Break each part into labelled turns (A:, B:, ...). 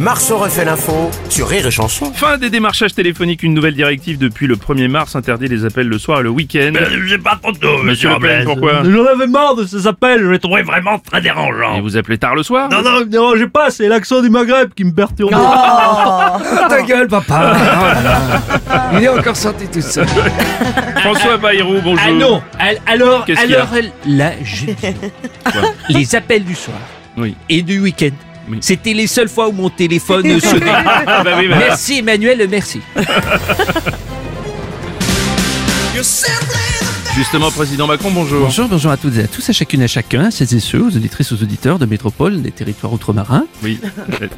A: Marceau refait l'info sur Rire et Chanson.
B: Fin des démarchages téléphoniques, une nouvelle directive depuis le 1er mars interdit les appels le soir et le week-end.
C: J'ai pas trop tôt,
B: Monsieur Le Pen, pourquoi
D: J'en avais marre de ces appels, je les trouve.
C: Oui, vraiment très
B: Et
C: dérangeant.
B: vous appelez tard le soir
D: Non, non, ne me dérangez pas, c'est l'accent du Maghreb qui me perturbe.
E: Oh.
F: Ta gueule, papa Il est encore sorti tout seul.
B: François Bayrou, bonjour.
D: Ah non, al- alors,
B: Qu'est-ce qu'il y a
D: alors, là, je dis non. les appels du soir
B: Oui.
D: et du week-end,
B: Oui.
D: c'était les seules fois où mon téléphone sonnait.
B: Ah bah oui, bah,
D: Merci Emmanuel, merci.
B: Justement, président Macron, bonjour.
E: Bonjour, bonjour à toutes et à tous, à chacune et à chacun, à celles et ceux, aux auditrices, aux auditeurs de Métropole, des territoires outre-marins.
B: Oui,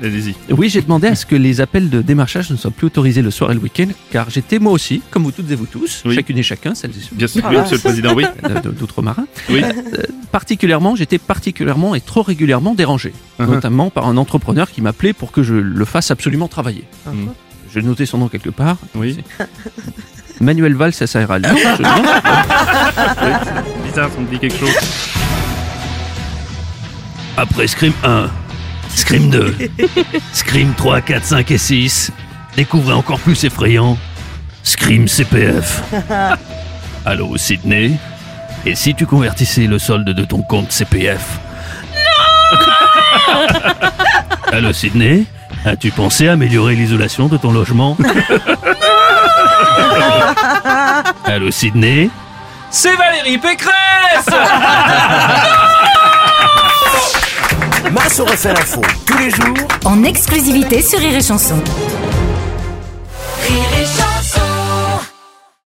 B: allez-y.
E: Oui, j'ai demandé à ce que les appels de démarchage ne soient plus autorisés le soir et le week-end, car j'étais moi aussi, comme vous toutes et vous tous,
B: Oui.
E: chacune et chacun, celles et ceux
B: Bien sûr,
D: Ah
B: oui, monsieur le
D: bah.
B: président, oui.
E: euh, de- de- d'outre-marins.
B: Oui.
E: Euh, particulièrement, j'étais particulièrement et trop régulièrement dérangé,
C: Uh-huh.
E: notamment par un entrepreneur qui m'appelait pour que je le fasse absolument travailler.
B: Mhm.
C: Mm.
E: J'ai noté son nom quelque part.
B: Oui.
E: Manuel Valls, ça ira à Lyon, je demande.
B: Bizarre, ça me dit quelque chose.
C: Après Scream 1, Scream 2, Scream 3, 4, 5 et 6, découvrez encore plus effrayant Scream CPF. Allô Sydney Et si tu convertissais le solde de ton compte CPF Non Allô Sydney As-tu pensé améliorer l'isolation de ton logement Allô Sydney
D: C'est Valérie Pécresse
A: Marceau refait l'info tous les jours
G: en exclusivité sur Rire et Chanson.